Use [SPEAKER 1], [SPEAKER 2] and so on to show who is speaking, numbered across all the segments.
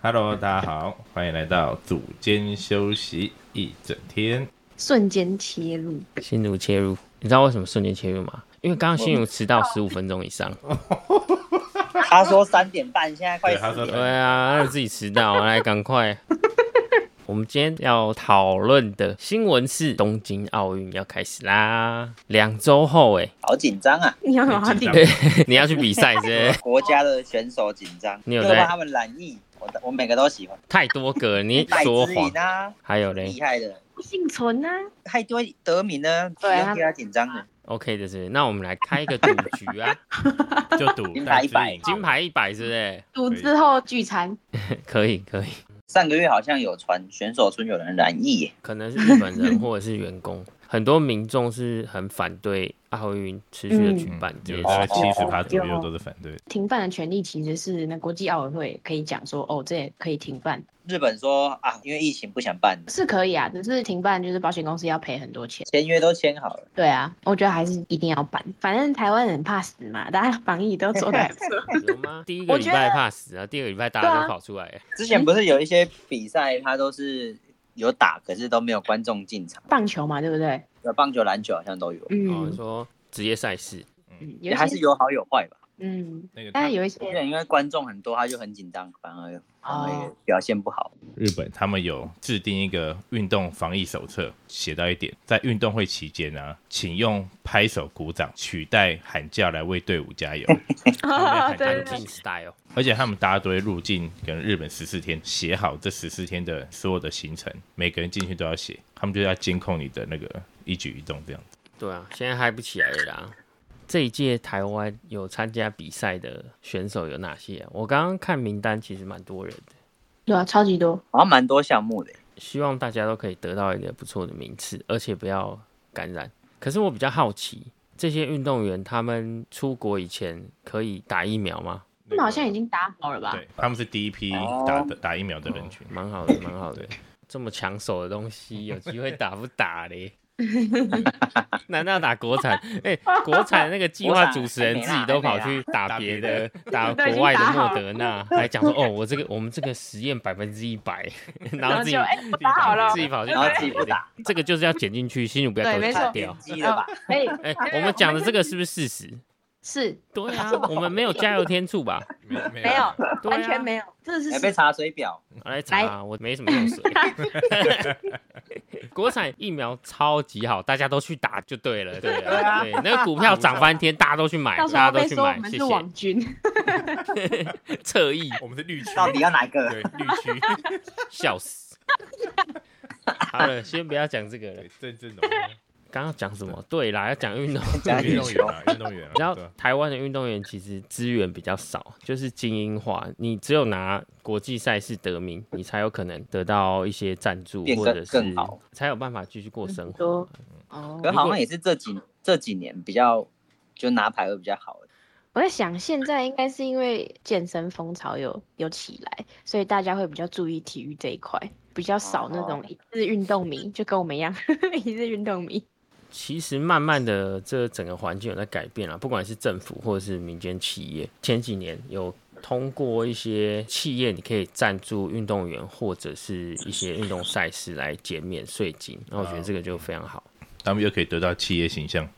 [SPEAKER 1] Hello，大家好，欢迎来到组间休息一整天。
[SPEAKER 2] 瞬间切入，
[SPEAKER 3] 新如切入，你知道为什么瞬间切入吗？因为刚刚新如迟到十五分钟以上。
[SPEAKER 4] 他说三点半，现在快
[SPEAKER 1] 对他说
[SPEAKER 4] 四点。
[SPEAKER 3] 对啊，那你自己迟到，来赶快。我们今天要讨论的新闻是东京奥运要开始啦，两周后哎、
[SPEAKER 4] 好紧张啊！
[SPEAKER 2] 你要好好听
[SPEAKER 1] 紧。张
[SPEAKER 3] 你要去比赛是不 是
[SPEAKER 4] 国家的选手紧张，
[SPEAKER 3] 哎你有
[SPEAKER 4] 又怕
[SPEAKER 3] 在
[SPEAKER 4] 他们懒意，我我每个都喜欢。
[SPEAKER 3] 太多个了，你
[SPEAKER 4] 戴
[SPEAKER 3] 说
[SPEAKER 4] 资
[SPEAKER 3] 谎
[SPEAKER 4] 颖。啊，
[SPEAKER 3] 还有嘞
[SPEAKER 4] 厉害的，
[SPEAKER 2] 幸存啊，
[SPEAKER 4] 太多得名呢，不
[SPEAKER 2] 对啊
[SPEAKER 4] 用替他紧张的。
[SPEAKER 3] ，OK 的是不是，那我们来开一个赌局啊，
[SPEAKER 1] 就赌
[SPEAKER 4] 金
[SPEAKER 1] 戴
[SPEAKER 4] 牌
[SPEAKER 1] 资
[SPEAKER 4] 一百
[SPEAKER 1] 颖
[SPEAKER 3] 金牌一百是不是？
[SPEAKER 2] 赌之后聚餐，
[SPEAKER 3] 可以可以，
[SPEAKER 4] 上个月好像有传选手村有人染疫耶，
[SPEAKER 3] 可能是日本人或者是员工，很多民众是很反对奥运持续的举
[SPEAKER 1] 嗯哦
[SPEAKER 3] 办这
[SPEAKER 1] 有
[SPEAKER 3] 件
[SPEAKER 1] 大概
[SPEAKER 3] 事
[SPEAKER 1] 七
[SPEAKER 3] 情。
[SPEAKER 1] 十趴左右都是反对的。
[SPEAKER 2] 停办的权利其实是那国际奥委会可以讲说，哦，这也可以停办，
[SPEAKER 4] 日本说啊，因为疫情不想办，
[SPEAKER 2] 是可以啊，只是停办就是保险公司要赔很多钱。
[SPEAKER 4] 签约都签好了。
[SPEAKER 2] 对啊，我觉得还是一定要办，反正台湾人怕死嘛，大家防疫都做得很不错。
[SPEAKER 3] 有 吗？第一个
[SPEAKER 2] 我
[SPEAKER 3] 礼
[SPEAKER 2] 觉
[SPEAKER 3] 拜怕死啊，第二个礼拜大
[SPEAKER 2] 对
[SPEAKER 3] 家
[SPEAKER 2] 啊
[SPEAKER 3] 都跑出来欸。
[SPEAKER 4] 之前不是有一些比赛，他都是有打，可是都没有观众进场，
[SPEAKER 2] 棒球嘛，对不对？
[SPEAKER 4] 有棒球、篮球好像都有，
[SPEAKER 3] 哦，
[SPEAKER 2] 嗯，
[SPEAKER 3] 说职业赛事，
[SPEAKER 2] 嗯
[SPEAKER 4] 也
[SPEAKER 2] 有
[SPEAKER 4] 还
[SPEAKER 2] 一
[SPEAKER 4] 是
[SPEAKER 2] 些，
[SPEAKER 4] 有好有坏吧。
[SPEAKER 2] 嗯，
[SPEAKER 1] 那个
[SPEAKER 2] 但是有一
[SPEAKER 4] 有
[SPEAKER 2] 些
[SPEAKER 4] 点因为观众很多，他就很紧张，反而反而
[SPEAKER 2] 哦
[SPEAKER 4] 表现不好。
[SPEAKER 1] 日本他们有制定一个运动防疫手册，写到一点，在运动会期间呢、啊，请用拍手鼓掌取代喊叫来为队伍加 油。
[SPEAKER 2] 哦，
[SPEAKER 1] 对
[SPEAKER 2] 对对
[SPEAKER 3] 单进 style，
[SPEAKER 1] 而且他们大家都会入境跟日本十四天，写好这十四天的所有的行程，每个人进去都要写，他们就要监控你的那个一举一动这样子。
[SPEAKER 3] 对啊，现在嗨不起来了啦。这一届台湾有参加比赛的选手有哪些啊、我刚刚看名单，其实蛮多人的，
[SPEAKER 2] 对啊，超级多，
[SPEAKER 4] 好像蛮多项目的，
[SPEAKER 3] 希望大家都可以得到一个不错的名次，而且不要感染。可是我比较好奇，这些运动员他们出国以前可以打疫苗吗？
[SPEAKER 2] 他们好像已经打好了吧？
[SPEAKER 1] 对，他们是第一批打的、打疫苗的人群。
[SPEAKER 3] 蛮、好的，蛮好的。这么抢手的东西，有机会打不打嘞？难道打国产？哎、国产那个计划主持人自己都跑去打别的，打国外的莫德纳，还讲说哦，我这个我们这个实验百分之一百，然后自己
[SPEAKER 2] 然后就哎我打好了
[SPEAKER 3] 自己跑去
[SPEAKER 4] 然后自己不打，
[SPEAKER 3] 这个就是要剪进去，心里不要
[SPEAKER 2] 对
[SPEAKER 3] 给我
[SPEAKER 2] 没错
[SPEAKER 3] 剪
[SPEAKER 4] 太
[SPEAKER 3] 掉
[SPEAKER 4] 偏。激了吧？
[SPEAKER 2] 哎，
[SPEAKER 3] 哎、
[SPEAKER 2] 对
[SPEAKER 3] 我们讲的这个是不是事实？
[SPEAKER 2] 是
[SPEAKER 3] 对啊，我们没有加油添醋吧？
[SPEAKER 1] 没没
[SPEAKER 2] 没有，
[SPEAKER 3] 对啊
[SPEAKER 2] 完全没有，这是
[SPEAKER 3] 哎
[SPEAKER 4] 还哎被
[SPEAKER 2] 实
[SPEAKER 4] 查水表，
[SPEAKER 3] 我来查、啊，我没什么用水。 国产疫苗超级好，大家都去打就对了，对
[SPEAKER 4] 对啊
[SPEAKER 3] 对，那个股票涨翻天，大家都去买，
[SPEAKER 2] 到
[SPEAKER 3] 大
[SPEAKER 2] 时候
[SPEAKER 3] 家都
[SPEAKER 2] 被
[SPEAKER 3] 去
[SPEAKER 2] 说我
[SPEAKER 3] 买，
[SPEAKER 2] 们
[SPEAKER 3] 谢
[SPEAKER 2] 是网军，
[SPEAKER 3] 谢。侧翼，
[SPEAKER 1] 我们是绿区，
[SPEAKER 4] 到底要哪一个？
[SPEAKER 1] 对绿区，
[SPEAKER 3] 笑死。好了，先不要讲这个了
[SPEAKER 1] 对。郑振龙
[SPEAKER 3] 刚刚讲什么？对啦，要讲运动。
[SPEAKER 4] 讲
[SPEAKER 1] 运
[SPEAKER 4] 运
[SPEAKER 1] 动
[SPEAKER 4] 动
[SPEAKER 1] 员啊，运动员啊，
[SPEAKER 3] 然后
[SPEAKER 1] 对啊
[SPEAKER 3] 台湾的运动员其实资源比较少，就是精英化，你只有拿国际赛事得名，你才有可能得到一些赞助，
[SPEAKER 4] 变
[SPEAKER 3] 或
[SPEAKER 4] 更
[SPEAKER 3] 者是
[SPEAKER 4] 更好
[SPEAKER 3] 才有办法继续过生活。
[SPEAKER 2] 多哦
[SPEAKER 4] 可。好像也是这几这几年比较就拿牌会比较好。
[SPEAKER 2] 我在想，现在应该是因为健身风潮有有起来，所以大家会比较注意体育这一块，比较少那种
[SPEAKER 4] 哦
[SPEAKER 2] 一日运动迷，就跟我们一样 一日运动迷。
[SPEAKER 3] 其实慢慢的，这整个环境有在改变了，不管是政府或者是民间企业，前几年有通过一些企业，你可以赞助运动员或者是一些运动赛事来减免税金，那我觉得这个就非常好。
[SPEAKER 1] 他们又可以得到企业形象。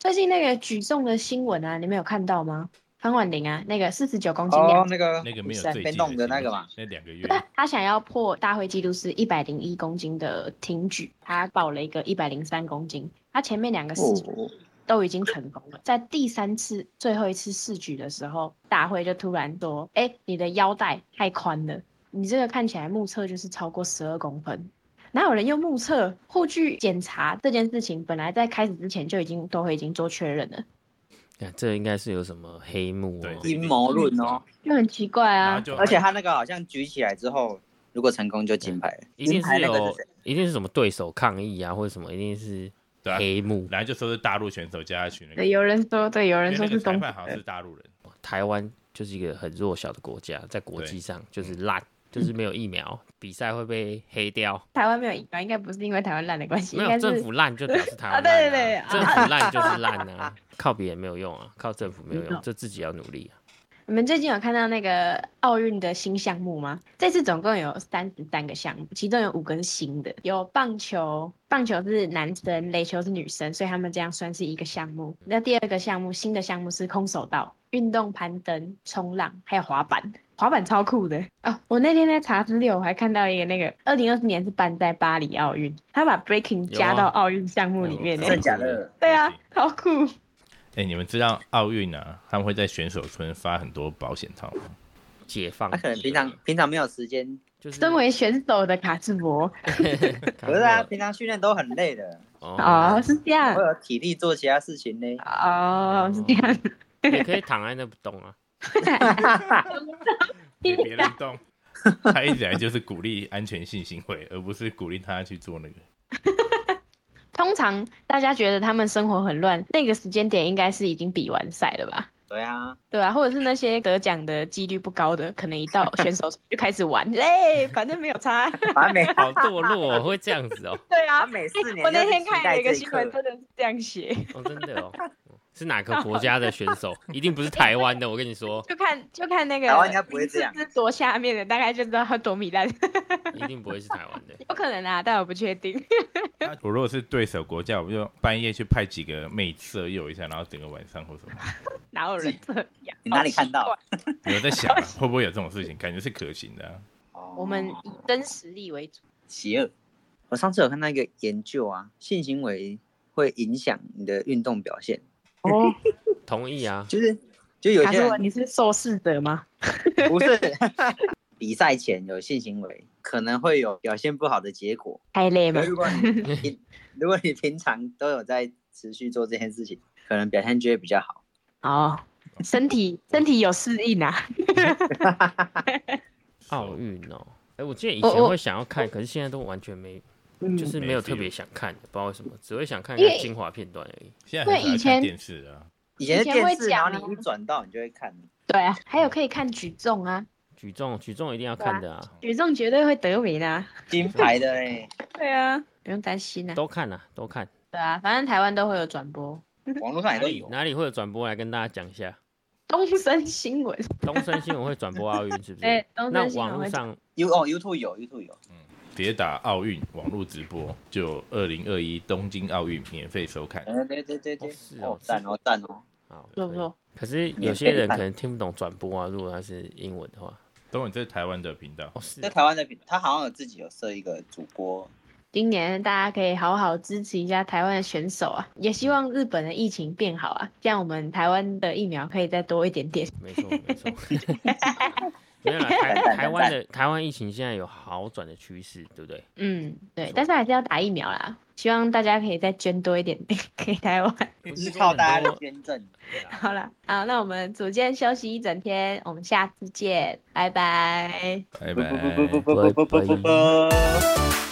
[SPEAKER 2] 最近那个举重的新闻啊，你们有看到吗？潘婉玲啊，那个四十九公
[SPEAKER 3] 哦
[SPEAKER 2] 斤量级，
[SPEAKER 4] 哦那个
[SPEAKER 1] 那个没有
[SPEAKER 2] 比赛
[SPEAKER 1] 最
[SPEAKER 4] 被
[SPEAKER 1] 近
[SPEAKER 4] 弄的
[SPEAKER 1] 新闻
[SPEAKER 4] 那个嘛，
[SPEAKER 1] 那两个月
[SPEAKER 2] 不，她想要破大会纪录是一百零一公斤的挺举，她报了一个一百零三公斤，她前面两个四
[SPEAKER 4] 哦
[SPEAKER 2] 都已经成功了。在第三次、最后一次试举的时候，大会就突然说：“哎、你的腰带太宽了，你这个看起来目测就是超过十二公分。”哪有人用目测护具检查这件事情？本来在开始之前就已经都会已经做确认了，
[SPEAKER 3] 那这应该是有什么黑幕
[SPEAKER 1] 对
[SPEAKER 3] 哦？
[SPEAKER 1] 这
[SPEAKER 4] 阴谋论哦，
[SPEAKER 2] 就很奇怪
[SPEAKER 1] 然后
[SPEAKER 2] 啊。
[SPEAKER 1] 就
[SPEAKER 4] 而且他那个好像举起来之后，如果成功就金牌了，
[SPEAKER 3] 一定
[SPEAKER 4] 金
[SPEAKER 3] 是
[SPEAKER 4] 牌那个
[SPEAKER 3] 有
[SPEAKER 4] 是谁？，
[SPEAKER 3] 一定是什么对手抗议啊，或者什么，一定是
[SPEAKER 1] 对啊
[SPEAKER 3] 黑幕。
[SPEAKER 1] 然后就说是大陆选手加下去那个，
[SPEAKER 2] 对，有人说对，有
[SPEAKER 1] 因
[SPEAKER 2] 人
[SPEAKER 1] 为
[SPEAKER 2] 说
[SPEAKER 1] 那
[SPEAKER 2] 是
[SPEAKER 1] 个裁
[SPEAKER 2] 东
[SPEAKER 1] 判好像是大陆人，
[SPEAKER 3] 台湾就是一个很弱小的国家，在国际上就是烂，就是没有疫苗，比赛会被黑掉。
[SPEAKER 2] 台湾没有疫苗，应该不是因为台湾烂的关系，
[SPEAKER 3] 没
[SPEAKER 2] 应
[SPEAKER 3] 有
[SPEAKER 2] 该
[SPEAKER 3] 政
[SPEAKER 2] 是
[SPEAKER 3] 府烂就表示台湾
[SPEAKER 2] 啊对
[SPEAKER 3] 烂
[SPEAKER 2] 对对
[SPEAKER 3] 政府烂就是烂啊，靠别人没有用啊，靠政府没有
[SPEAKER 2] 没有
[SPEAKER 4] 嗯
[SPEAKER 3] 用，这自己要努力啊。
[SPEAKER 2] 你们最近有看到那个奥运的新项目吗？这次总共有三十三个项目，其中有五个是新的，有棒球，棒球是男生，垒球是女生，所以他们这样算是一个项目。那第二个项目，新的项目是空手道、运动攀登、冲浪，还有滑板。滑板超酷的哦！我那天在查资料，我还看到一个那个二零二四年是办在巴黎奥运，他把 breaking
[SPEAKER 3] 有啊
[SPEAKER 2] 加到奥运项目里面、
[SPEAKER 4] 有
[SPEAKER 2] 欸，
[SPEAKER 4] 真的假的？
[SPEAKER 2] 对啊，超酷。
[SPEAKER 1] 哎、你们知道奥运啊，他们会在选手村发很多保险套吗？
[SPEAKER 3] 解放。啊
[SPEAKER 4] 他可能平常平常没有时间，
[SPEAKER 3] 就是
[SPEAKER 2] 身为选手的卡斯伯
[SPEAKER 4] 不是啊，平常训练都很累的，
[SPEAKER 2] 哦，
[SPEAKER 3] 哦，
[SPEAKER 2] 是这样
[SPEAKER 4] 会有体力做其他事情呢。
[SPEAKER 2] 哦，是这样。
[SPEAKER 3] 也可以躺在那不动啊。
[SPEAKER 1] 别别人动。他一直以来就是鼓励安全性行为，而不是鼓励他去做那个。
[SPEAKER 2] 通常大家觉得他们生活很乱，那个时间点应该是已经比完赛了吧？
[SPEAKER 4] 对啊，
[SPEAKER 2] 对吧、或者是那些得奖的几率不高的，可能一到选手就开始 玩，哎、反正没有差。
[SPEAKER 4] 把每
[SPEAKER 3] 好堕落、哦，会这样子哦。
[SPEAKER 2] 对
[SPEAKER 4] 把
[SPEAKER 2] 啊，
[SPEAKER 4] 每四年
[SPEAKER 2] 我那
[SPEAKER 4] 就
[SPEAKER 2] 天
[SPEAKER 4] 是期
[SPEAKER 2] 看了
[SPEAKER 4] 待
[SPEAKER 2] 一个
[SPEAKER 4] 这一
[SPEAKER 2] 新闻，
[SPEAKER 4] 刻，
[SPEAKER 2] 真的是这样写，
[SPEAKER 3] 哦，真的哦，是哪个国家的选手？一定不是台湾的，我跟你说，
[SPEAKER 2] 就看就看那个
[SPEAKER 4] 台湾应该不会这样
[SPEAKER 2] 是多下面的，大概就知道他多米烂，
[SPEAKER 3] 一定不会是台湾的。
[SPEAKER 2] 有可能啊，但我不确定。
[SPEAKER 1] 啊我如果是对手国家，我就半夜去派几个妹色诱一下，然后整个晚上或什么。
[SPEAKER 2] 哪有人这样？
[SPEAKER 4] 你哪里看到？
[SPEAKER 1] 我在 想、啊，会不会有这种事情？感觉是可行的啊、
[SPEAKER 4] 哦
[SPEAKER 2] 我们以真实力为主。
[SPEAKER 4] 邪恶。我上次有看到一个研究啊，性行为会影响你的运动表现，
[SPEAKER 2] 哦，
[SPEAKER 3] 同意啊，
[SPEAKER 4] 就是就有
[SPEAKER 2] 卡
[SPEAKER 4] 些
[SPEAKER 2] 斯伯，
[SPEAKER 4] 人
[SPEAKER 2] 你是受试者吗？
[SPEAKER 4] 不是比赛前有性行为，可能会有表现不好的结果。
[SPEAKER 2] 太累吗
[SPEAKER 4] 可？是如果 你平如果你平常都有在持续做这件事情，可能表现就会比较好。
[SPEAKER 2] 哦，身体身体有适应啊。
[SPEAKER 3] 奥运哦。哎、我记得以
[SPEAKER 2] 我
[SPEAKER 3] 前
[SPEAKER 2] 我
[SPEAKER 3] 会想要看，可是现在都完全没，
[SPEAKER 2] 嗯
[SPEAKER 3] 就是没有特别想看，不知道为什么，只会想看一
[SPEAKER 2] 因
[SPEAKER 3] 下
[SPEAKER 2] 为
[SPEAKER 3] 精华片段而已。
[SPEAKER 1] 现在很少
[SPEAKER 2] 对
[SPEAKER 1] 人
[SPEAKER 2] 以前
[SPEAKER 1] 看电视了啊，
[SPEAKER 4] 以前是
[SPEAKER 2] 以前会
[SPEAKER 4] 电视，
[SPEAKER 2] 讲
[SPEAKER 4] 然
[SPEAKER 2] 啊
[SPEAKER 4] 后你一转到，你就会看。
[SPEAKER 2] 对啊，还有可以看举重啊，
[SPEAKER 3] 举重，举重一定要看的啊，
[SPEAKER 2] 举重绝对会得名啊。
[SPEAKER 4] 金牌 的哎、
[SPEAKER 2] 对啊，不用担心啊。
[SPEAKER 3] 都看啊，都看。
[SPEAKER 2] 对啊，反正台湾都会有转播。
[SPEAKER 4] 网络上也
[SPEAKER 3] 哪
[SPEAKER 4] 都
[SPEAKER 3] 里
[SPEAKER 4] 有。
[SPEAKER 3] 哪里会有转播来跟大家讲一下？
[SPEAKER 2] 东森新 闻，
[SPEAKER 3] 东森新闻会转播奥运 是不是？
[SPEAKER 2] 哎东森
[SPEAKER 3] 那
[SPEAKER 2] 新闻
[SPEAKER 3] 网络
[SPEAKER 2] 会
[SPEAKER 3] 上
[SPEAKER 4] U 哦 YouTube 有 YouTube 有，
[SPEAKER 1] 别打奥运网络直播，就二零二一东京奥运免费收看。
[SPEAKER 4] 嗯对对对对
[SPEAKER 3] 哦，是哦
[SPEAKER 4] 哦赞哦赞哦，
[SPEAKER 3] 好，
[SPEAKER 2] 不
[SPEAKER 3] 可以
[SPEAKER 2] 不，
[SPEAKER 3] 可是有些人可能听不懂转播啊，如果他是英文的话。
[SPEAKER 1] 等会这是台湾的频道，
[SPEAKER 3] 哦，是
[SPEAKER 4] 在
[SPEAKER 3] 哦
[SPEAKER 4] 台湾的频，他好像有自己有设一个主播，
[SPEAKER 2] 今年大家可以好好支持一下台湾的选手啊，也希望日本的疫情变好啊，这样我们台湾的疫苗可以再多一点点。
[SPEAKER 3] 没 错，没错。 没有啦，台台湾的台湾疫情现在有好转的趋势，对不对？
[SPEAKER 2] 嗯，
[SPEAKER 3] 没
[SPEAKER 2] 对
[SPEAKER 3] 错，
[SPEAKER 2] 但是还是要打疫苗啦。希望大家可以再捐多一点给台湾。
[SPEAKER 4] 依靠大家的捐赠。
[SPEAKER 2] 好啦，好，那我们组间休息一整天，我们下次见，拜拜。
[SPEAKER 1] 拜
[SPEAKER 4] 不
[SPEAKER 1] 拜。
[SPEAKER 4] 不不不不不不不不不。